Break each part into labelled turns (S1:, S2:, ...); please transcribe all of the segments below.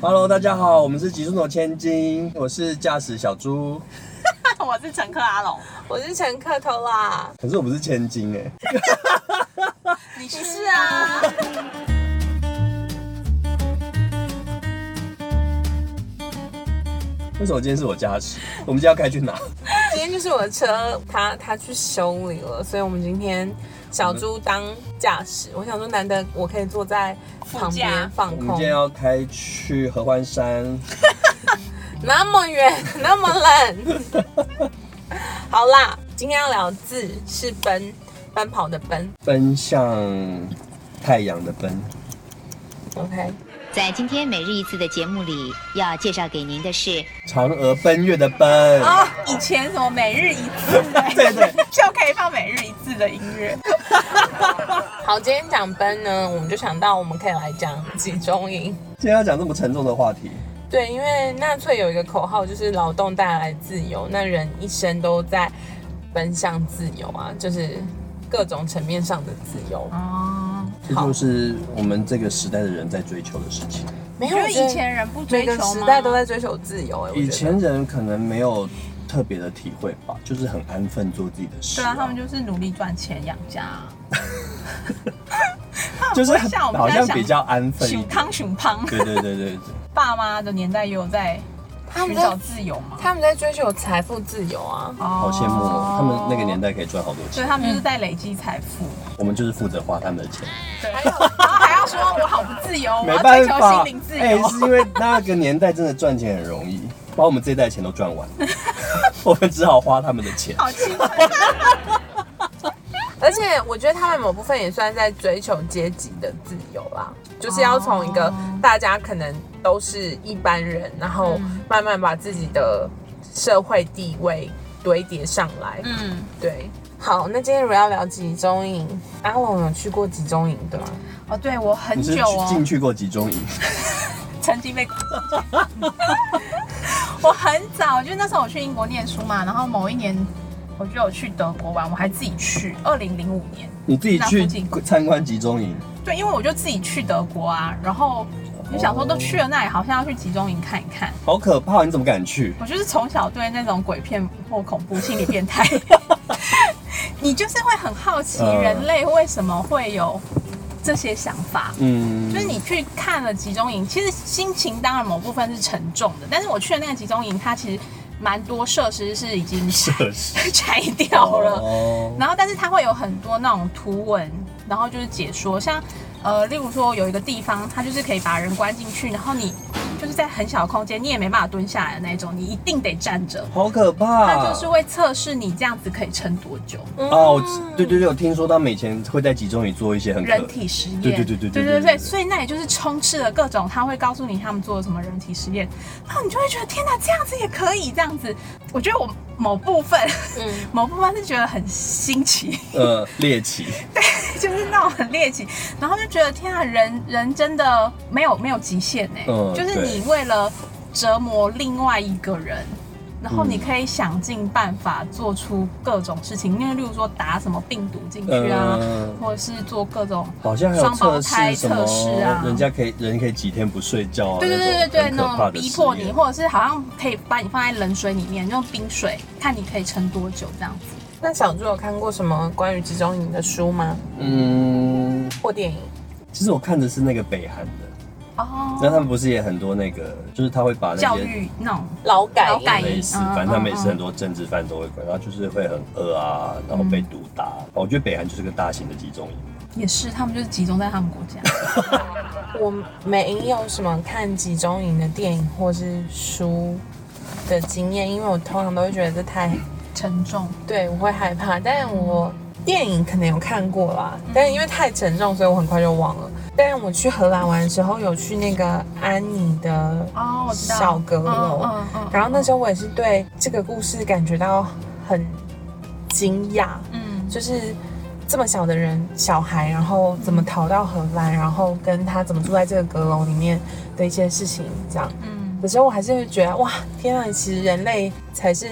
S1: Hello，大家好，我们是极速的千金，我是驾驶小猪，
S2: 我是乘客阿龙，
S3: 我是乘客偷啦，
S1: 可是我不是千金哎、
S2: 你是啊，
S1: 为什么今天是我驾驶？我们今天要开去哪？
S3: 今天就是我的车，他他去修理了，所以我们今天小猪当驾驶。我想说，难得我可以坐在旁边放
S1: 我们
S3: 空
S1: 今，天要开去合欢山，
S3: 那么远，那么冷。 好啦，今天要聊字是奔，奔跑的奔。
S1: 奔向太阳的奔。
S3: OK，
S4: 在今天每日一次的节目里，要介绍给您的是
S1: 嫦娥奔月的奔，
S2: 啊，以前什么每日一次，
S1: 对对，
S2: 就可以放每日一次的音乐，
S3: 好，今天讲奔呢，我们就想到我们可以来讲集中营。
S1: 今天要讲这么沉重的话题，
S3: 对，因为纳粹有一个口号，就是劳动带来自由。那人一生都在奔向自由啊，就是各种层面上的自由。
S2: 哦，
S1: 这就是我们这个时代的人在追求的事情。
S3: 没
S2: 因
S3: 有，我
S2: 为
S3: 觉得
S2: 以前人不追
S3: 每
S2: 求
S3: 个
S2: 吗？
S3: 时代都在追求自由、哎，我觉得
S1: 以前人可能没有特别的体会吧，就是很安分做自己的事、
S2: 对啊，他们就是努力赚钱养家啊，
S1: 就是
S2: 不会像我们
S1: 好像
S2: 在想
S1: 比较安分一
S2: 熊
S1: 点。
S2: 康熊胖，
S1: 对对对对对。
S2: 爸妈的年代也有在
S3: 他
S2: 寻
S3: 们
S2: 找
S3: 在
S2: 自由嘛，
S3: 他们在追求财富自由啊。
S2: 好
S1: 好羡慕哦，他们那个年，代可以赚好多
S2: 所
S1: 钱，
S2: 以他们就是在累积财富。
S1: 我们就是负责花他们的钱，
S2: 对，还有然后还要说我好不自由，我
S1: 没
S2: 要
S1: 办
S2: 追求
S1: 法
S2: 心灵。自
S1: 哎，
S2: 由。
S1: 是因为那个年代真的赚钱很 容易，把我们这一代钱都赚完， 我们只好花他们的钱。
S2: 好气愤！
S3: 而且我觉得他们某部分也算在追求阶级的自由啦，就是要从一
S2: 哦
S3: 个大家可能都是一般人，然后
S2: 嗯
S3: 慢慢把自己的社会地位堆叠上来。
S2: 嗯，
S3: 对，好，那今天如果要聊集中营，阿龙有去过集中营对吗？
S2: 哦，对我很
S1: 你是
S2: 久
S1: 去
S2: 哦，
S1: 进去过集中营？
S2: 曾经被。 我很早，就那时候我去英国念书嘛，然后某一年我就有去德国玩，我还自己去，二零零五年。
S1: 你自己去
S2: 那附近
S1: 参观集中营？
S2: 对，因为我就自己去德国啊，然后我就想说都去了那里，好像要去集中营看一看。
S1: 好可怕！你怎么敢去？
S2: 我就是从小对那种鬼片或恐怖心理变态， 你就是会很好奇
S1: 嗯
S2: 人类为什么会有这些想法。
S1: 嗯
S2: 就是你去看了集中营，其实心情当然某部分是沉重的，但是我去的那个集中营，它其实蛮多设施是已经
S1: 设施
S2: 拆掉了，
S1: 哦
S2: 然后但是它会有很多那种图文，然后就是解说，像呃，例如说有一个地方，它就是可以把人关进去，然后你就是在很小的空间，你也没办法蹲下来的那种，你一定得站着，
S1: 好可
S2: 它
S1: 怕！
S2: 就是会测试你这样子可以撑多久。
S1: 哦，我对对对，我听说他们以前会在集中营做一些很可
S2: 嗯人体实验，
S1: 对对对对对
S2: 对
S1: 对
S2: 对
S1: 对
S2: 对
S1: 对
S2: 所以那里就是充斥了各种，他会告诉你他们做了什么人体实验，然后你就会觉得天哪，这样子也可以，这样子，我觉得我某部分
S3: 嗯，
S2: 某部分是觉得很新奇，
S1: 呃猎奇，
S2: 就是那种很猎奇，然后就觉得天啊，人人真的没有没有极限哎、
S1: 嗯
S2: 就是你为了折磨另外一个人。
S1: 嗯
S2: 然后你可以想尽办法做出各种事情，因为例如说打什么病毒进去啊，
S1: 嗯
S2: 或者是做各种
S1: 好像还有
S2: 双
S1: 测
S2: 胞
S1: 试
S2: 胎
S1: 什么
S2: 测试啊，
S1: 人家可以人可以几天不睡觉啊，
S2: 对对对
S1: 那
S2: 对对，
S1: 种很可怕
S2: 那种
S1: 的
S2: 逼
S1: 实
S2: 迫你，
S1: 验
S2: 或者是好像可以把你放在冷水里面，用冰水看你可以撑多久这样子。
S3: 那小猪有看过什么关于集中营的书吗？
S1: 嗯，
S3: 或电影？
S1: 其实我看的是那个北韩的，那
S2: 哦，
S1: 他们不是也很多那个，就是他会把那
S2: 教
S1: 些
S2: 育那种
S3: 劳改
S2: 劳
S3: 营。
S2: 改
S1: 类似，
S2: 嗯嗯
S1: 反正他们也是很多政治犯都会管，然后就是会很饿啊，然后被毒打。我觉得北韩就是个大型的集中营，
S2: 也是，他们就是集中在他们国 家。
S3: 我没有什么看集中营的电影或是书的经验，因为我通常都会觉得这太
S2: 沉重，
S3: 对我会害怕，但我电影可能有看过啦，
S2: 嗯
S3: 但因为太沉重，所以我很快就忘了。但我去荷兰玩的时候，有去那个安妮的
S2: 哦我知道
S3: 小阁楼，
S2: 嗯嗯嗯
S3: 然后那时候我也是对这个故事感觉到很惊讶，
S2: 嗯，
S3: 就是这么小的人小孩，然后怎么逃到荷兰，然后跟他怎么住在这个阁楼里面的一些事情，这样。
S2: 嗯，
S3: 有时候我还是会觉得，哇，天啊，其实人类才是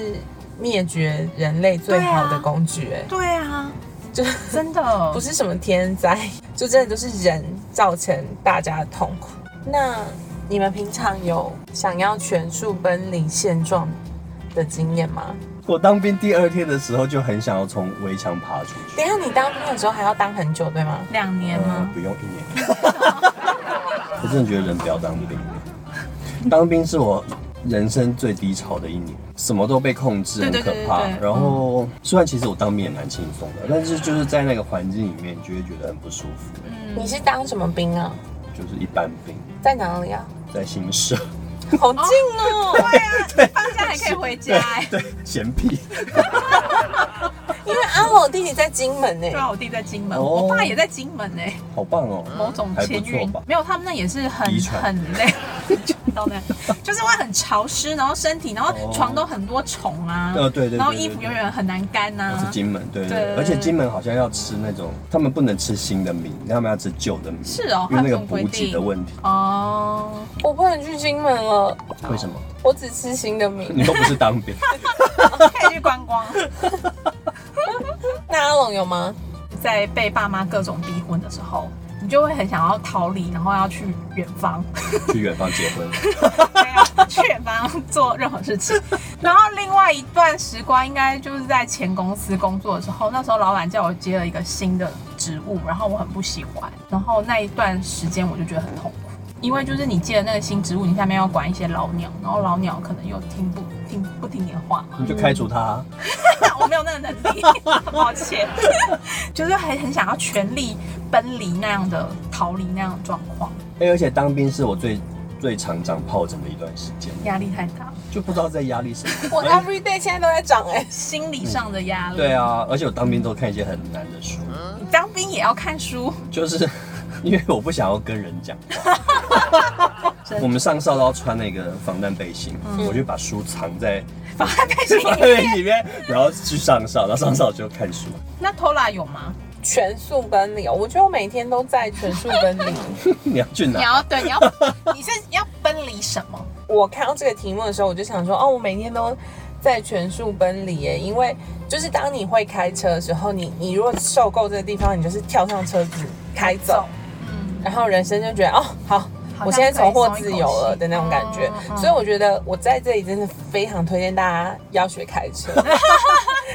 S3: 灭绝人类最好的工具、哎、
S2: 对啊，
S3: 就是
S2: 真的
S3: 不是什么天灾，就真的都是人造成大家的痛苦。那你们平常有想要全数奔离现状的经验吗？
S1: 我当兵第二天的时候就很想要从围墙爬出去。
S3: 等一下你当兵的时候还要当很久，对吗？
S2: 两年
S1: 呃
S2: 吗？
S1: 不用一年。 我真的觉得人不要当兵，当兵是我人生最低潮的一年，什么都被控制，很
S2: 对对
S1: 可
S2: 对
S1: 怕
S2: 对。对
S1: 然后虽然其实我当兵也蛮轻松的，但是就是在那个环境里面，你就会觉得很不舒服，
S2: 嗯
S3: 你是当什么兵啊？
S1: 就是一般兵。
S3: 在 哪里啊？
S1: 在新社，
S3: 好近哦，
S2: 放假还可以回家、哎
S1: 对，嫌屁，
S3: 因为阿我弟弟在金门欸呢
S2: 对。啊，我弟在金门，
S1: 哦
S2: 我爸也在金门哎、
S1: 好棒哦，
S2: 某种
S1: 还不
S2: 前
S1: 错
S2: 运
S1: 吧，？
S2: 没有他们那也是很
S1: 遗传
S2: 很累， 到那就是会很潮湿，然后身体，然后
S1: 哦
S2: 床都很多虫啊，
S1: 呃对对对
S2: 然后
S1: 对
S2: 衣
S1: 对哦
S2: 服
S1: 对
S2: 永远很难干呐、
S1: 我
S2: 啊
S1: 是，金门，对对
S2: 对对
S1: 对，
S2: 对
S1: 而且金门好像要吃那种，他们不能吃新的米，他们要吃旧的米，
S2: 是哦
S1: 因为那个
S2: 他们规
S1: 补给
S2: 定
S1: 的问题。
S2: 哦，
S3: 我不能去金门了，
S1: 为什么？
S3: 我只吃新的米。
S1: 你都不是当兵，
S2: 可以去观光，
S3: 那阿龙有吗？
S2: 在被爸妈各种逼婚的时候，你就会很想要逃离，然后要去远方，
S1: 去远方结婚，
S2: 没有去远方做任何事情。然后另外一段时光，应该就是在前公司工作的时候，那时候老板叫我接了一个新的职务，然后我很不喜欢，然后那一段时间我就觉得很痛苦。因为就是你接了那个新职务，你下面要管一些老鸟，然后老鸟可能又听不听不听你的话嘛，
S1: 你就开除他啊、
S2: 我没有那个能力，抱歉，就是很很想要全力奔离那样的逃离那样的状况，
S1: 哎、而且当兵是我最最常长疱疹的一段时间，
S2: 压力太大，
S1: 就不知道在压力什么。哎
S3: 我 every day 现在都在长哎、
S2: 心理上的压力。
S1: 对，啊，而且我当兵都看一些很难的书，
S2: 你当兵也要看书，
S1: 就是 因为我不想要跟人讲话。
S2: 真
S1: 我们上哨都要穿那个防弹背心，
S3: 嗯
S1: 我就把书藏在
S2: 防弹背心。
S1: 防弹背心里面，然后去上哨，然后上哨就看书。
S2: 那 Tola 有吗？
S3: 全速奔离哦。我觉得我每天都在全速奔离。
S1: 你要去
S2: 你
S1: 哪？
S2: 要对你要 你是要奔离什么？
S3: 我看到这个题目的时候，我就想说，哦，我每天都在全速奔离耶，因为就是当你会开车的时候，你你如果受够这个地方，你就是跳上车子开走，
S2: 嗯，
S3: 然后人生就觉得哦好。
S2: 好像
S3: 我现在重获自
S2: 可
S3: 由
S2: 以松一口
S3: 了
S2: 气
S3: 的那种感觉
S2: 哦，嗯
S3: 所以我觉得我在这里真的非常推荐大家要学开 车，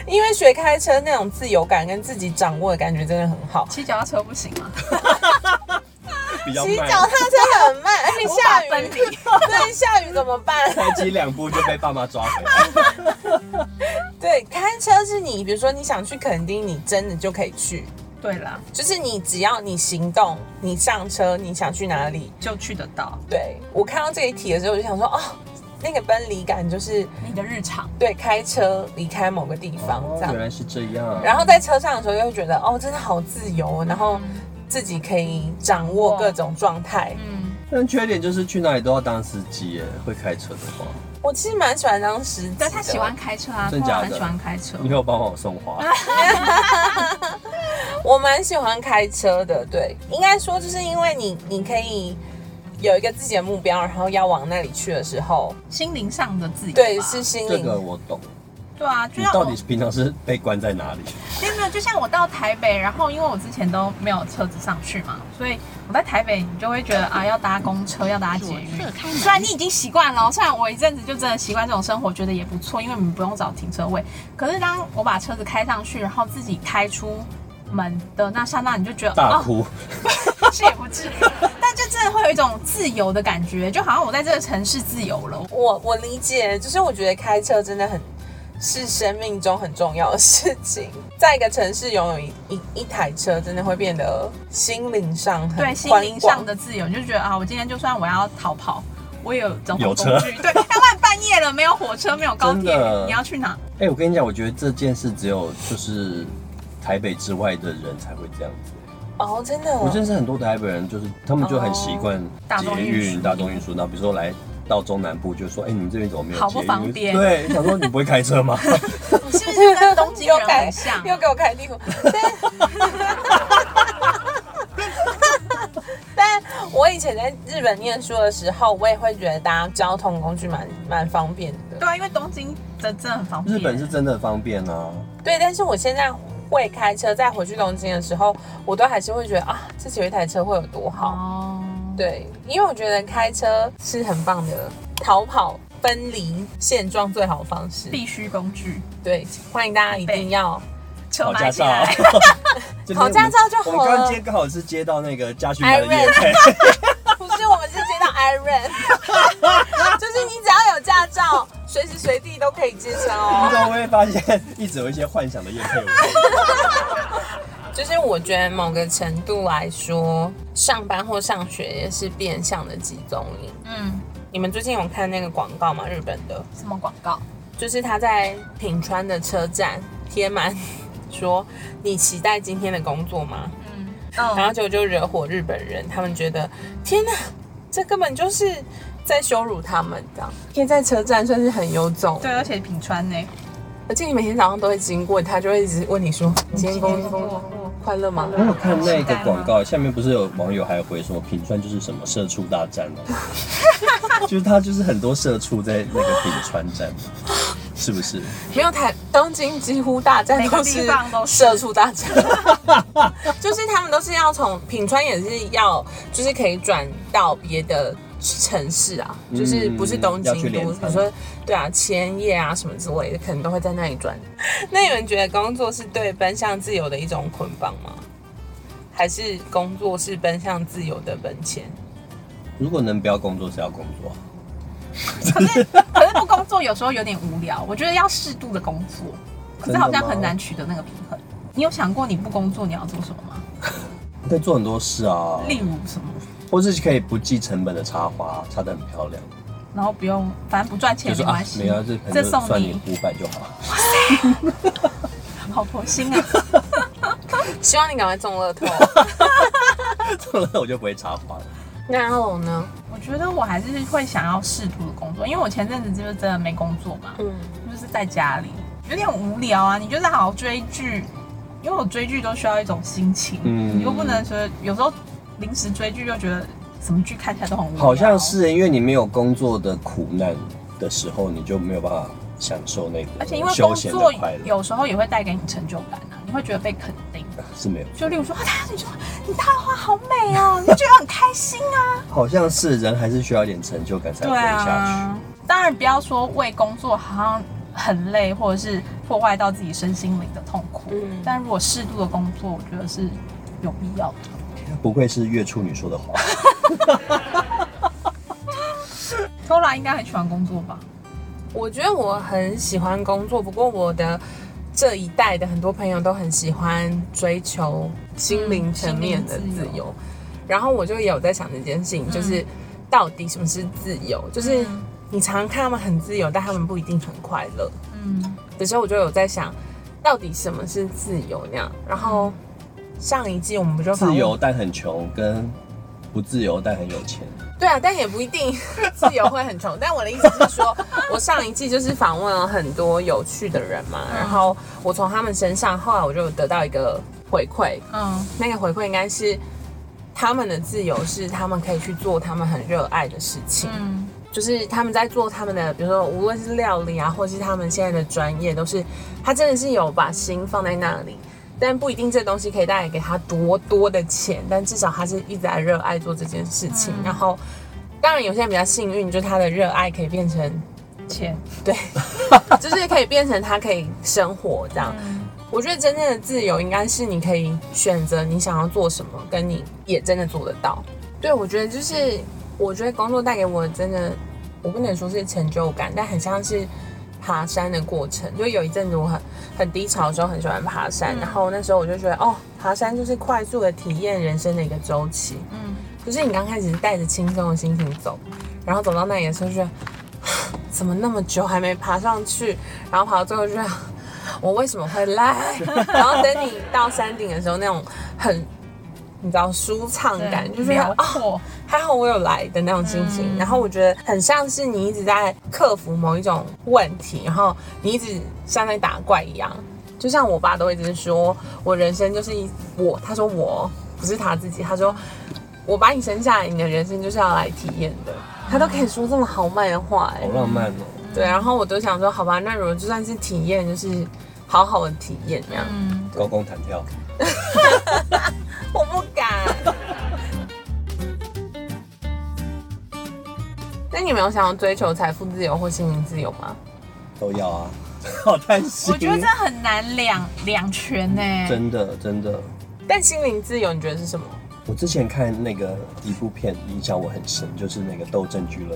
S3: 因为学开车那种自由感跟自己掌握的感觉真的很好。
S2: 骑脚踏车不行吗？
S1: 比较
S3: 骑脚
S1: 慢，
S3: 踏车很慢，而且
S2: 无法
S3: 哎下
S2: 分
S3: 雨，
S2: 离。
S3: 对，下雨怎么办？
S1: 才骑两步就被爸妈抓回来。
S3: 对，开车是你，比如说你想去垦丁，你真的就可以去，
S2: 对啦，
S3: 就是你只要你行动，你上车，你想去哪里。
S2: 就去得到
S3: 对我看到这一题的时候，我就想说，哦，那个分离感就是
S2: 你的日常。
S3: 对开车离开某个地方
S1: 哦
S3: 这样
S1: 原，来是这样。
S3: 然后在车上的时候又会觉得，哦，真的好自由，然后自己可以掌握各种状态。
S2: 嗯，
S1: 但缺点就是去哪里都要当司机耶，会开车的话，
S3: 我其实蛮喜欢当司机的，
S2: 对他喜欢开车啊，
S1: 真
S2: Tola
S1: 假的
S2: 很喜欢开车。
S1: 你有帮忙我送花。
S2: 哎
S3: 我蛮喜欢开车的，对，应该说就是因为你你可以有一个自己的目标，然后要往那里去的时候，
S2: 心灵上的自由吧，啊
S3: 对，是心
S1: 这个
S3: 灵。
S1: 我懂。
S2: 对啊，就
S1: 你
S2: 像
S1: 到
S2: 我
S1: 底平常是被关在哪里？
S2: 没有没有，就像我到台北，然后因为我之前都没有车子上去嘛，所以我在台北，你就会觉得啊，要搭公车，要搭捷运。
S4: 左侧开门
S2: 虽然你已经习惯了哦，虽然我一阵子就真的习惯这种生活，觉得也不错，因为你不用找停车位。可是当我把车子开上去，然后自己开出门的那刹那，你就觉得
S1: 大
S2: 啊，
S1: 哭，
S2: 是也不至于， 但就真的会有一种自由的感觉，就好像我在这个城市自由了。
S3: 我我理解，就是我觉得开车真的很是生命中很重要的事情。在一个城市拥有一一一台车，真的会变得心灵上很
S2: 对心
S3: 宽
S2: 灵
S3: 广
S2: 上的自由，你就觉得啊，我今天就算我要逃跑，我也有交通
S1: 有
S2: 工
S1: 车
S2: 具。对，要不然半夜了没有火车，没有高铁
S1: 真的，
S2: 你要去哪？
S1: 哎、我跟你讲，我觉得这件事只有就是台北之外的人才会这样子。
S3: 哦，真的
S1: 我认
S3: 哦，
S1: 识很多台北人，就是他们就很习惯
S2: 哦大
S1: 捷
S2: 众运输
S1: 运、大众运输，然后比如说来。到中南部就说，哎、你们这边怎么没有
S2: 好
S1: 捷运？
S2: 不方便
S1: 对，想说你不会开车吗？
S2: 你是不是跟东京
S3: 又
S2: 人
S3: 开
S2: 很 像？
S3: 又给我开地图，但 但我以前在日本念书的时候，我也会觉得搭交通工具蛮蛮方便的。
S2: 对啊，因为东京真真的很方便。
S1: 日本是真的方便啊，
S3: 对，但是我现在会开车，再回去东京的时候，我都还是会觉得啊，自己有一台车会有多好。
S2: 哦，
S3: 对，因为我觉得开车是很棒的逃跑分离现状最好的方式。
S2: 必须工具，
S3: 对，欢迎大家一定要
S2: 车
S1: 考驾
S2: 买起
S1: 照
S2: 来。，
S1: 今天
S3: 考驾照就
S1: 我们我们
S3: 好
S1: 刚
S3: 了
S1: 刚接刚好是接到那个家训班的业配，
S3: 不是，我们是接到 Iron，就是 你只要有驾照，随时随地都可以接车
S1: 不知
S3: 哦。
S1: 道会不会发现一直有一些幻想的业配文。
S3: 就是我觉得某个程度来说，上班或上学也是变相的集中营。
S2: 嗯，
S3: 你们最近有看那个广告吗？日本的，
S2: 什么广 告？
S3: 就是他在品川的车站贴满说：“你期待今天的工作吗？”
S2: 嗯
S3: 然后
S2: 嗯，
S3: 结果就惹火日本人，他们觉得天哪，这根本就是在羞辱他们这样。贴在车站算是很有种，
S2: 对，而且品川呢，
S3: 而且你呃每天早上都会经过，他就会一直问你说：“你今天工作快乐吗
S1: 我有看那个广告，下面不是有网友还回说品川就是什么社畜大战 哦，就是他就是很多社畜在那个品川站，是不是？？”
S3: 没有台东京几乎大战
S2: 每个
S3: 都
S2: 地
S3: 是
S2: 方都是
S3: 社畜大 战，就是他们都是要从品川也是要，就是可以转到别的。城市啊，就是不是东
S1: 要
S3: 京都，
S1: 去
S3: 比
S1: 镰仓
S3: 如说对啊，千叶啊什么之类的，可能都会在那里转。 那你们觉得工作是对奔向自由的一种捆绑吗？还是工作是奔向自由的本钱？
S1: 如果能不要工作是要工作，
S2: 可是不工作有时候有点无聊，我觉得要适度的工作，可是好像很难取得那个平衡。你有想过你不工作你要做什么吗？
S1: 可以做很多事啊，
S2: 例如什么？
S1: 或是可以不计成本的插花，插的很漂亮，
S2: 然后不用，反正不赚
S1: 就
S2: 钱
S1: 是
S2: 没
S1: 啊
S2: 关，系，
S1: 没有啊这朋
S2: 这
S1: 友
S2: 送
S1: 算你
S2: 你，
S1: 五百就好。
S2: 好佛心啊！
S3: 希望你赶快中乐透。
S1: 中了我就不会插花了。
S3: 那后呢？
S2: 我觉得我还是会想要试图的工作，因为我前阵子就是真的没工作嘛，
S3: 嗯，
S2: 就是在家里有点无聊啊。你就是好好追剧，因为我追剧都需要一种心情，
S1: 嗯
S2: 你又不能说有时候临时追剧又觉得什么剧看起来都很无聊，
S1: 好像，是因为你没有工作的苦难的时候，你就没有办法享受那
S2: 而且因为
S1: 个休
S2: 工
S1: 闲的
S2: 作
S1: 快乐，
S2: 有时候也会带给你成就感啊，你会觉得被肯定。
S1: 是没有。
S2: 就例如说，啊，他你说你大花好美哦，你就觉得很开心啊。
S1: 好像是人还是需要一点成就感才活
S2: 对
S1: 得下
S2: 啊，当然不要说为工作好像很累，或者是破坏到自己身心灵的痛苦。
S3: 嗯
S2: 但如果适度的工作，我觉得是有必要的。
S1: 去。不愧是月处女说的话，
S2: 偷拉应该很喜欢工作吧？
S3: 我觉得我很喜欢工作，不过我的这一代的很多朋友都很喜欢追求心灵层面的
S2: 嗯心
S3: 自
S2: 灵自
S3: 由，然后我就也有在想这件事情，就是到底什么是自由？就是
S2: 嗯
S3: 你常常看他们很自由，但他们不一定很快乐。
S2: 嗯，
S3: 的时候，我就有在想，到底什么是自由那样。然后上一季我们不就访
S1: 自
S3: 问
S1: 由但很穷，跟不自由但很有钱。
S3: 对啊，但也不一定自由会很穷。但我的意思是说，我上一季就是访问了很多有趣的人嘛，然后我从他们身上，后来我就有得到一个回馈，
S2: 嗯，
S3: 那个回馈应该是他们的自由是他们可以去做他们很热爱的事情，
S2: 嗯，
S3: 就是他们在做他们的，比如说无论是料理啊，或是他们现在的专业，都是他真的是有把心放在那里。但不一定这东西可以带来给他多多的钱，但至少他是一直在热爱做这件事情。
S2: 嗯
S3: 然后，当然有些人比较幸运，就是他的热爱可以变成，
S2: 钱，
S3: 对，就是可以变成他可以生活这样。
S2: 嗯，
S3: 我觉得真正的自由应该是你可以选择你想要做什么，跟你也真的做得到。对，我觉得就是，我觉得工作带给我真的，我不能说是成就感，但很像是爬山的过程。就有一阵子我很很低潮的时候，很喜欢爬山，
S2: 嗯
S3: 然后那时候我就觉得，哦，爬山就是快速的体验人生的一个周期。
S2: 嗯，
S3: 就是你刚开始是带着轻松的心情走，然后走到那里的时候就觉得， 怎么那么久还没爬上去？然后爬到最后就觉得，我为什么会来？ 然后等你到山顶的时候，那种很，你知道舒畅感，就
S2: 对哦
S3: 是啊
S2: 辽、阔，
S3: 还好我有来的那种心情。
S2: 嗯
S3: 然后我觉得很像是你一直在克服某一种问题，然后你一直像在打怪一样。就像我爸都一直说，我人生就是一我，他说我不是他自己，他说我把你生下来，你的人生就是要来体验的。他都可以说这么豪迈的话、哎
S1: 好浪漫哦！
S3: 对，然后我都想说，好吧，那如果就算是体验，就是好好的体验那样。
S2: 嗯，
S1: 高空弹跳，
S3: 我不敢。 那你们有想要追求财富自由或心灵自由吗？
S1: 都要啊， 好贪心。
S2: 我觉得这很难两两全呢、
S1: 真的真的，
S3: 但心灵自由你觉得是什么？
S1: 我之前看那个一部片影响我很深，就是那个《斗争俱乐部》。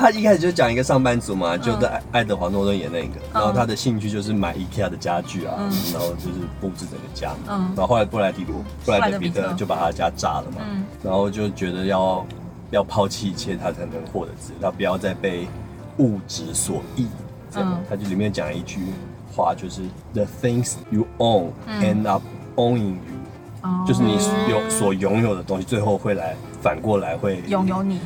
S1: 他一开始就讲一个上班族嘛，就
S2: 嗯
S1: 在爱爱德华诺顿演那个，然后他的兴趣就是买 IKEA 的家具啊，然后就是布置整个家，
S2: 嗯
S1: 然后后来布莱迪布布莱德彼
S2: 布莱德
S1: 特
S2: 彼特
S1: 就把他的家炸了嘛，
S2: 嗯
S1: 然后就觉得要要抛弃一切他才能获得自由，他不要再被物质所役，这样、
S2: 嗯
S1: 他就里面讲一句话，就是 The things you own
S2: 嗯
S1: end up owning you。
S2: 哦
S1: 就是你有所拥有的东西，最后会来反过来会
S2: 拥有你，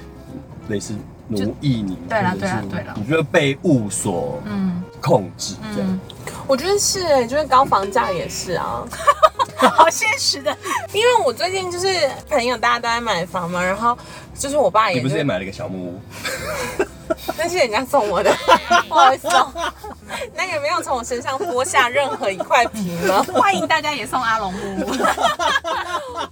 S1: 类似奴役你，
S2: 对啦
S1: 或者
S2: 对啦
S1: 是
S2: 对啦
S1: 你就会被物所
S2: 嗯
S1: 控制这样
S2: 嗯。，
S3: 我觉得是哎、就是高房价也是 啊。
S2: 好现实的，
S3: 因为我最近就是朋友大家都在买房嘛，然后就是我爸
S1: 你
S3: 也
S1: 不
S3: 就是
S1: 也买了一个小木屋？
S3: 那是人家送我的，不好意思哦。那个没有从我身上剥下任何一块皮呢。
S2: 欢迎大家也送阿龙屋。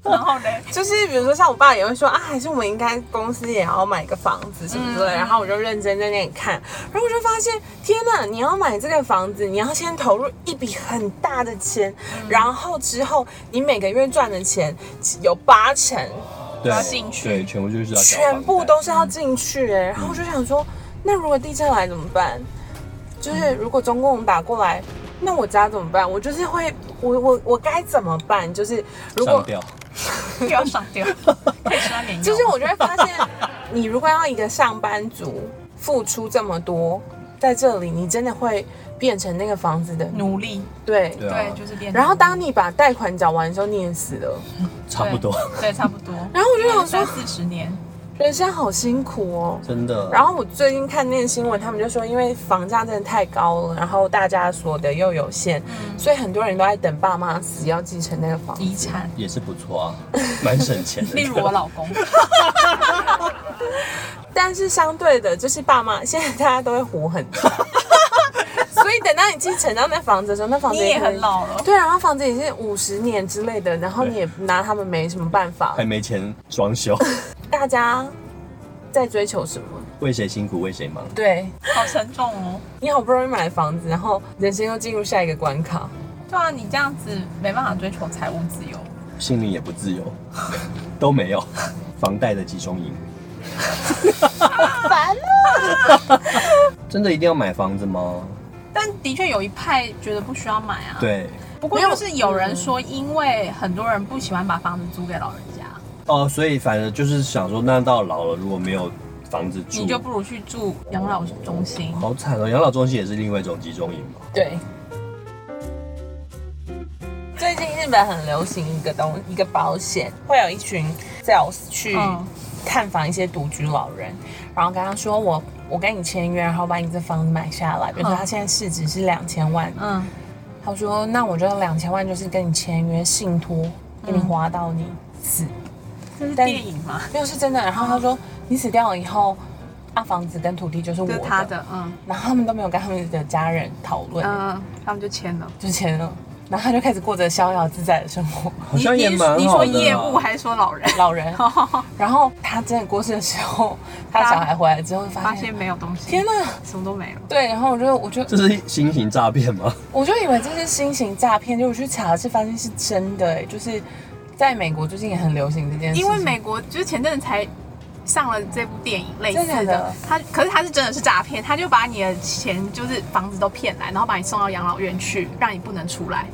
S2: 然后嘞，
S3: 就是比如说像我爸也会说啊，还是我们应该公司也要买个房子什么之类的，
S2: 嗯
S3: 然后我就认真在那里看，然后我就发现，天呐，你要买这个房子，你要先投入一笔很大的钱，
S1: 嗯
S3: 然后之后你每个月赚的钱有八成
S1: 对
S2: 要进去
S1: 对，全部就是要交房贷
S3: 全部都是要进去
S1: 嗯
S3: 哎、然后我就想说，那如果地震来怎么办？
S1: 嗯
S3: 就是如果中共打过来，那我家怎么办？我就是会，我我我该怎么办？就是如果
S1: 上吊。
S2: 又要上吊，可以吃安眠药
S3: 就是我就会发 现，你如果要一个上班族付出这么多，在这里你真的会变成那个房子的奴
S2: 努力，
S3: 对。
S1: 对啊
S2: 对，，就是变。
S3: 然后当你把贷款缴完的时候，你也死了。
S1: 差不多，
S2: 对，差不多。
S3: 然后我就想
S2: 三
S3: 说，
S1: 嗯
S2: 四十年，
S3: 人生好辛苦哦。
S1: 真的。
S3: 然后我最近看那个新闻，他们就说，因为房价真的太高了，然后大家所得又有限，
S1: 嗯
S3: 所以很多人都在等爸妈死要继承那个房
S2: 遗
S3: 子。
S2: 产，
S1: 也是不错啊，蛮省钱的。
S2: 例如我老公，
S3: 但是相对的，就是爸妈现在大家都会活很 久，所以等到你继承到那房子的时候，那房
S2: 你
S3: 子
S2: 也
S3: 可能
S2: 很老了，
S3: 对，然后房子也是五十年之类的，然后你也拿他们没什么办法
S1: 还。没钱装修，
S3: 大家在追求什么？
S1: 为谁辛苦为谁忙。
S3: 对
S2: 好沉重哦。
S3: 你好不容易买房子，然后人生又进入下一个关卡。
S2: 对啊，你这样子没办法追求财务自由。
S1: 心里也不自由， 都没有，房贷的集中营，
S3: 烦
S1: 真的一定要买房子吗？
S2: 但的确有一派觉得不需要买啊。。
S1: 对，
S2: 不过
S3: 没有
S2: 就是有人说，因为很多人不喜欢把房子租给老人家，
S1: 哦，所以反正就是想说，那到老了如果没有房子住，
S2: 你就不如去住养老中心。
S1: 好惨哦。养老中心也是另外一种集中营嘛。
S3: 对。最近日本很流行一个东一个保险，会有一群 sales 去
S2: 嗯
S3: 探访一些独居老人，然后跟他说我我跟你签约，然后把你这房子买下来。比如说
S2: 嗯
S3: 他现在市值是两千万，
S2: 嗯，
S3: 他说：“那我就两千万，就是跟你签约信嗯托，给你花到你死，
S2: 这是
S3: 但
S2: 电影吗？
S3: 没有是真的。”然后他说：“你死掉了以后，那房子跟土地就是我
S2: 这
S3: 的。
S2: 是”他。的，嗯
S3: 然后他们都没有跟他们的家人讨论，
S2: 嗯，他们就签了。
S3: 就签了。然后他就开始过着逍遥自在的生活，
S1: 好像也
S2: 你
S1: 蛮
S2: 你
S1: 好
S2: 说
S1: 的啊
S2: 业务还是说老人？
S3: 老人。
S2: 哦
S3: 然后他真的过世的时候，他小孩回来之后
S2: 发
S3: 发
S2: 现
S3: 现，
S2: 没有东西，
S3: 天哪！
S2: 什么都没了。
S3: 对，然后我就我就
S1: 这是新型诈骗吗？
S3: 我就以为这是新型诈骗，结果去查是发现是真的、欸，就是在美国最近也很流行这件事情，
S2: 因为美国就是前阵子才上了这部电影类
S3: 真
S2: 似
S3: 的假的
S2: 的，他可是他是真的是诈骗，他就把你的钱就是房子都骗来，然后把你送到养老院去，让你不能出来，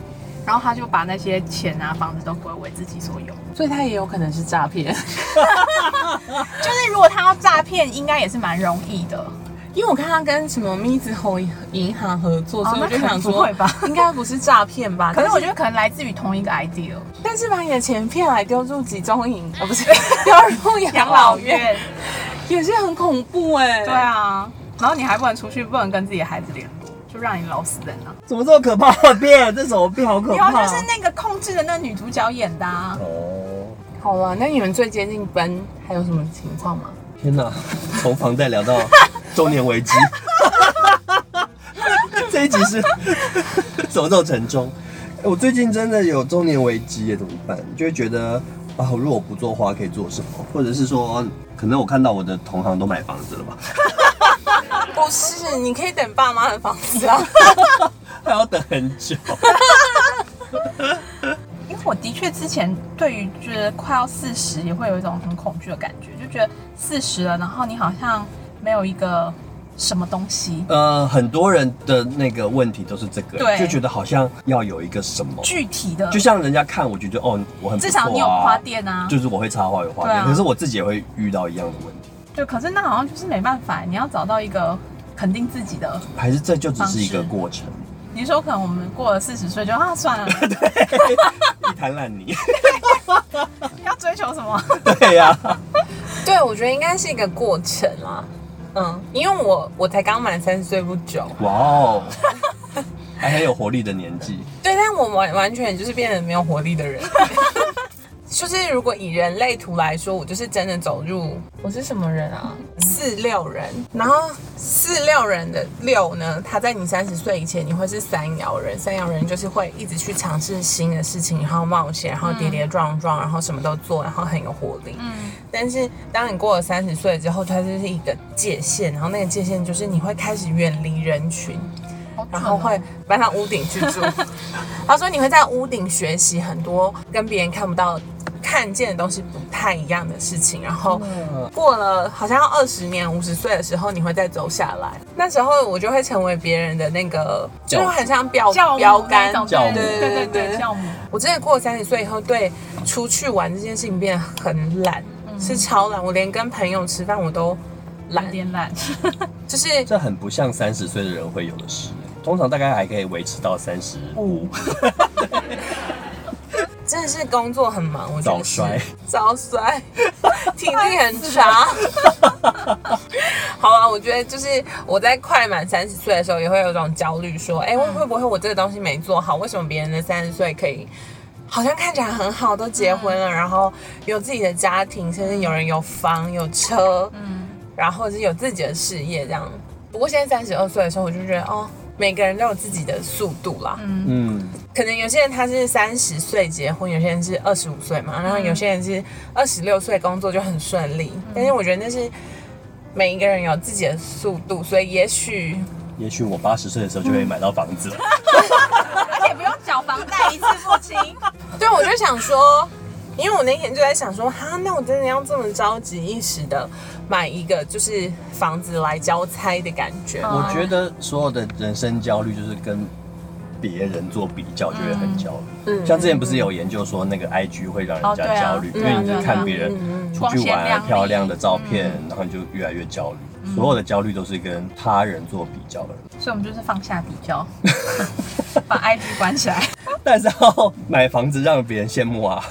S2: 然后他就把那些钱啊房子都归为自己所有。
S3: 所以他也有可能是诈骗。
S2: 就是如果他要诈骗，应该也是蛮容易的。
S3: 因为我看他跟什么咪子猴银行合作，
S2: 哦
S3: 所以我就想
S2: 那可
S3: 说，
S2: 能不会吧
S3: 应该不是诈骗吧？
S2: 可是我觉
S3: 得，
S2: 得可能来自于同一个 idea，
S3: 但是把你的钱骗来丢入集中营，哦不 是，丢入养老院，。也是很恐怖哎、
S2: 对，啊，然后你还不能出去，不能跟自己的孩子联络，就让你老死在那。
S1: 怎么这么可怕？变这什么病？好可
S2: 然
S1: 怕！啊
S2: 后就是那个控制的那女主角演的、啊，
S1: 哦，
S3: 好了，那你们最接近奔还有什么情况吗？
S1: 天哪！从房贷聊 到中年危机， 这一集是 怎么这么沉重？我最近真的有中年危机耶，怎么办？就会觉得啊，如果我不做花可以做什么？或者是说，可能我看到我的同行都买房子了吧，
S3: 不是，你可以等爸妈的房子啊。
S1: 还要等很久。
S2: 因为我的确之前对于觉得快要四十也会有一种很恐惧的感觉，就觉得四十了，然后你好像没有一个什么东西
S1: 呃，很多人的那个问题都是这个，
S2: 对
S1: 就觉得好像要有一个什么，
S2: 具体的，
S1: 就像人家看我觉得哦，我很不错、啊、
S2: 至少你有花店啊，
S1: 就是我会插花有花
S2: 对
S1: 店，
S2: 啊
S1: 可是我自己也会遇到一样的问题，
S2: 对，可是那好像就是没办法，你要找到一个肯定自己的。
S1: 还是这就只是一个
S2: 方式
S1: 过程，
S2: 你说可能我们过了四十岁就啊算了，
S1: 一滩烂泥。
S2: 要追求什么？
S1: 对呀、
S3: 对，我觉得应该是一个过程啊。嗯，因为我我才刚满三十岁不久，
S1: 哇哦，还很有活力的年纪。
S3: 对，但我完完全就是变成没有活力 的人。就是如果以人类图来说，我就是真的走入我是什么人啊？四六人，然后四六人的六呢，他在你三十岁以前，你会是三爻人。三爻人就是会一直去尝试新的事情，然后冒险，然后跌跌撞撞，然后什么都做，然后很有活力。
S2: 嗯，
S3: 但是当你过了三十岁之后，它就是一个界限，然后那个界限就是你会开始远离人群，
S2: 好准
S3: 然
S2: 哦
S3: 后会搬上屋顶去 住。他说你会在屋顶学习很多跟别人看不到、看见的东西不太一样的事情，然后
S2: 嗯
S3: 过了好像要二十年、五十岁的时候，你会再走下来。那时候我就会成为别人的那个，
S1: 教
S3: 就
S1: 主
S3: 是很像标
S2: 教母
S3: 标
S2: 那
S3: 杆。
S2: 种，
S1: 教母
S2: 对对对对
S3: 对
S2: 教母，
S3: 我真的过了三十岁以后，对出去玩这件事情变得很懒，
S2: 嗯
S3: 是超懒。我连跟朋友吃饭我都
S2: 有
S3: 懒，
S2: 点 懒，
S3: 就是
S1: 这很不像三十岁的人会有的事，通常大概还可以维持到三十五。
S3: 真的是工作很忙，我觉得
S1: 早
S3: 是
S1: 衰，
S3: 早 衰，体力很差。 好啊，我觉得就是我在快满三十岁的时候，也会有一种焦虑，说，哎、会会不会我这个东西没做好？为什么别人的三十岁可以？好像看起来很好，都结婚了，然后有自己的家庭，甚至有人有房有车，
S2: 嗯，
S3: 然后是有自己的事业这样。不过现在三十二岁的时候，我就觉得哦，每个人都有自己的速度啦。
S1: 嗯，
S3: 可能有些人他是三十岁结婚，有些人是二十五岁嘛，然后有些人是二十六岁工作就很顺利。但是我觉得那是每一个人有自己的速度，所以也许
S1: 也许我八十岁的时候就可以买到房子了。
S2: 而且不用缴房贷，一次付清。
S3: 对，我就想说，因为我那天就在想说，哈，那我真的要这么着急一时的买一个就是房子来交差的感觉吗？
S1: 我觉得所有的人生焦虑就是跟别人做比较，就会很焦虑。
S3: 嗯
S1: 像之前不是有研究说，那个 IG 会让人
S2: 哦对
S1: 家
S2: 啊
S1: 焦虑，
S2: 嗯嗯
S1: 因为你
S2: 对
S1: 就
S2: 啊
S1: 看别人
S3: 嗯嗯
S1: 出去玩啊
S2: 光鲜亮丽
S1: 漂亮的照片，然后你就越来越焦虑。
S2: 嗯
S1: 所有的焦虑都是跟他人做比较的，
S2: 所以我们就是放下比较， 把 IG 关起来。
S1: 但是要买房子让别人羡慕啊，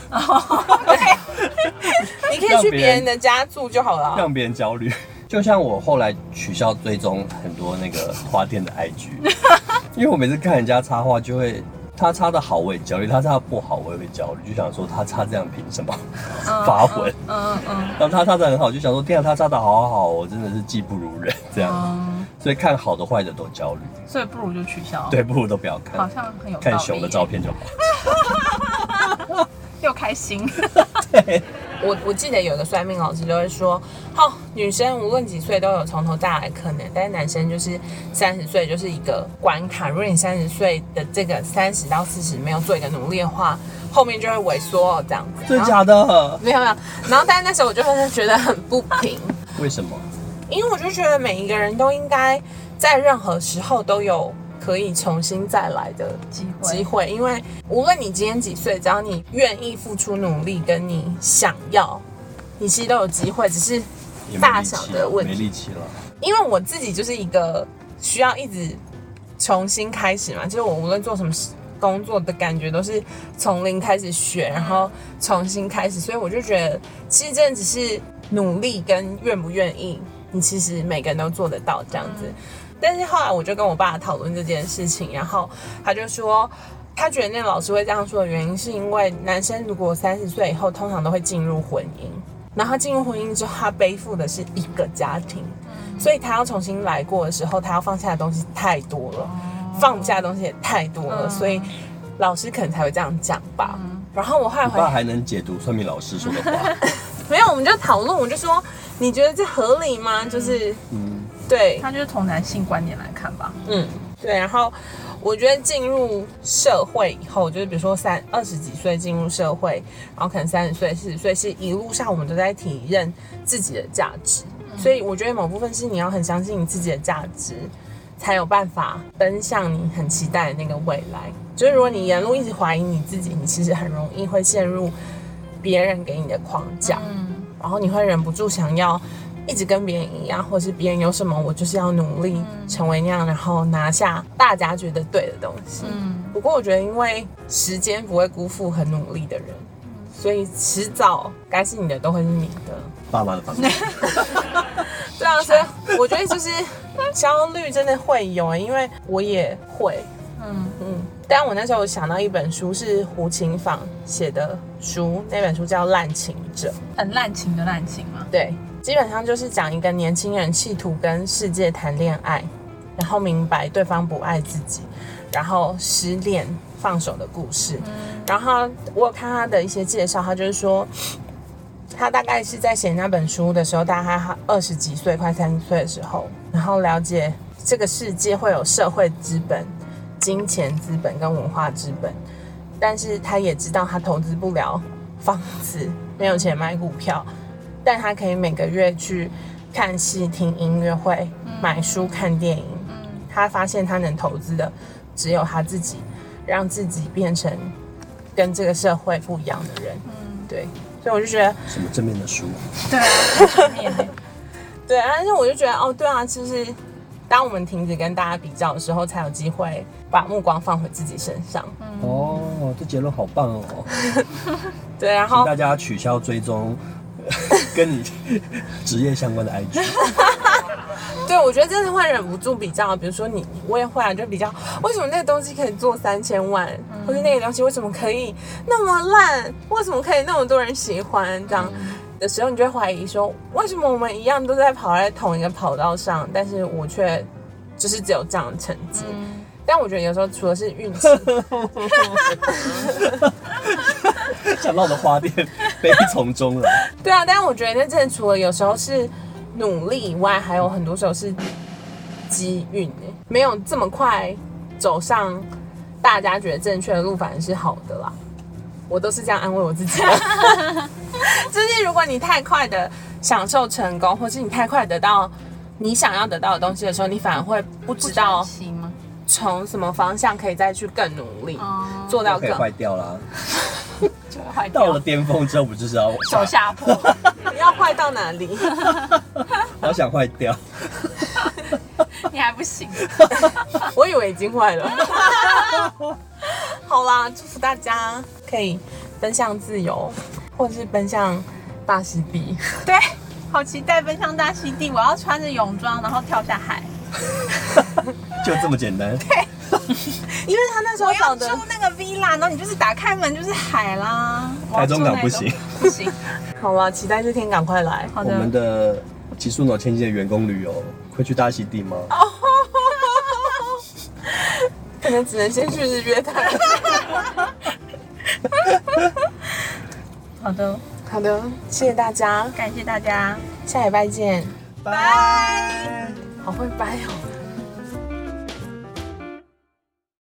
S3: 你可以
S1: 让
S3: 去
S1: 别
S3: 别人
S1: 人
S3: 的家住就好了啊。
S1: 让别人焦虑。 就像我后来取消追踪很多那个花店的 IG，因为我每次看人家插花就会，他插的好我也焦虑，他插的不好我也会焦虑，就想说他插这样凭什么 发文？
S2: 嗯嗯
S1: 然后他插的很好，就想说天啊，他插的好好，我真的是技不如人这样。
S2: 嗯，
S1: 所以看好的坏的都焦虑，
S2: 所以不如就取消。，
S1: 对，不如都不要
S2: 好
S1: 看，
S2: 像很有道理。
S1: 看熊的照，片就好。
S2: 又开心。
S3: 我我记得有个算命老师就会说，好、女生无论几岁都有从头再来可能，但是男生就是三十岁就是一个关卡。如果你三十岁的这个三十到四十没有做一个努力的话，后面就会萎缩哦这样子。
S1: 真的
S3: 然后
S1: 假的？
S3: 没有没有，然后但是那时候我就会觉得很不平，
S1: 为什么？
S3: 因为我就觉得每一个人都应该在任何时候都有可以重新再来的
S2: 机会
S3: 机会，因为无论你今天几岁，只要你愿意付出努力，跟你想要，你其实都有机会，只是
S1: 也没
S3: 大
S1: 力
S3: 小
S1: 气
S3: 的
S1: 了，
S3: 问
S1: 没
S3: 题。
S1: 力气了。
S3: 因为我自己就是一个需要一直重新开始嘛，就是我无论做什么事工作的感觉都是从零开始学，然后重新开始，所以我就觉得其实真的只是努力跟愿不愿意，你其实每个人都做得到这样子。但是后来我就跟我爸讨论这件事情，然后他就说。他觉得那个老师会这样说的原因，是因为男生如果三十岁以后，通常都会进入婚姻，然后他进入婚姻之后，他背负的是一个家庭，
S2: 嗯
S3: 所以他要重新来过的时候，他要放下的东西太多了，放不下的东西也太多了，
S2: 哦嗯
S3: 所以老师可能才会这样讲吧。
S2: 嗯
S3: 然后我后来
S1: 你
S3: 回
S1: 爸还能解读算命老师说的 话，
S3: 没有，我们就讨论，我就说你觉得这合理吗？就是
S1: 嗯，
S3: 对，
S2: 他就是从男性观点来看吧。
S3: 嗯，对。然后我觉得进入社会以后，就是比如说三二十几岁进入社会，然后可能三十岁、四十岁，是一路上我们都在体认自己的价值。所以我觉得某部分是你要很相信你自己的价值，才有办法奔向你很期待的那个未来。就是如果你沿路一直怀疑你自己，你其实很容易会陷入别人给你的框架。
S2: 嗯
S3: 然后你会忍不住想要一直跟别人一样，或是别人有什么，我就是要努力成为那样，然后拿下大家觉得对的东西。
S2: 嗯，
S3: 不过我觉得，因为时间不会辜负很努力的人，所以迟早该是你的都会是你的。
S1: 爸妈的方面，
S3: 对啊，所以我觉得就是 焦虑真的会有、因为我也会，
S2: 嗯
S3: 嗯。但我那时候想到一本书是胡琴坊写的书，那本书叫《滥情者》。
S2: 很滥情的滥情嘛。
S3: 对，基本上就是讲一个年轻人企图跟世界谈恋爱，然后明白对方不爱自己，然后失恋放手的故事。然后我有看他的一些介绍，他就是说，他大概是在写那本书的时候，大概他二十几岁，快三十岁的时候，然后了解这个世界会有社会资本、金钱资本跟文化资本，但是他也知道他投资不了房子，没有钱买股票，但他可以每个月去看戏、听音乐会、买书、看电影。他发现他能投资的只有他自己，让自己变成跟这个社会不一样的人。对，所以我就觉得，
S1: 什么正面的书，
S2: 对啊，很正 面
S3: 对，但是我就觉得，哦，对啊，就是当我们停止跟大家比较的时候，才有机会把目光放回自己身上。
S1: 哦，这结论好棒哦，
S3: 对，然
S1: 请
S3: 后
S1: 大家取消追踪 跟你职业相关的 IG，
S3: 对，我觉得真的会忍不住比较，比如说你，我也会啊，就比较为什么那个东西可以做三千万，或是那个东西为什么可以那么烂，为什么可以那么多人喜欢这样。的时候，你就会怀疑说，为什么我们一样都在跑在同一个跑道上，但是我却就是只有这样的成绩。但我觉得有时候除了是运气，
S1: 想到我的花店悲从中来，
S3: 对啊，但是我觉得那真的除了有时候是努力以外，还有很多时候是机运欸，没有这么快走上大家觉得正确的路，反而是好的啦。我都是这样安慰我自 己的，就是如果你太快的享受成功，或是你太快地得到你想要得到的东西的时候，你反而会不知道
S2: 心吗？
S3: 从什么方向可以再去更努力，
S2: 哦，
S3: 做到
S1: 可以
S3: 更
S1: 坏掉啦。
S2: 就会坏
S1: 到
S2: 掉
S1: 了，巅峰之后，不就是要
S2: 手下破。
S3: 要坏到哪里？
S1: 好想坏掉？
S2: 你还不行，
S3: 我以为已经坏了。好啦，祝福大家可以奔向自由，或者是奔向大溪地。
S2: 对，好期待奔向大溪地，我要穿着泳装，然后跳下海，
S1: 就这么简单？
S3: 因为他那时候
S2: 我要
S3: 找
S2: 住
S3: 的，
S2: 那个 villa，然后你就是打开门就是海啦。我要
S1: 台中港
S2: 住那
S1: 不
S2: 种
S1: 行，
S2: 不行。
S3: 好啦，期待这天赶快来。
S2: 好
S1: 我们
S2: 的，
S1: 的极速脑前期的员工旅游会去大溪地吗？
S2: 哦
S3: 可能只能先去日月潭。
S2: 好的，
S3: 好的，谢谢大家，
S2: 感谢大家。
S3: 下礼拜见。
S1: 拜。
S3: 好会掰哦。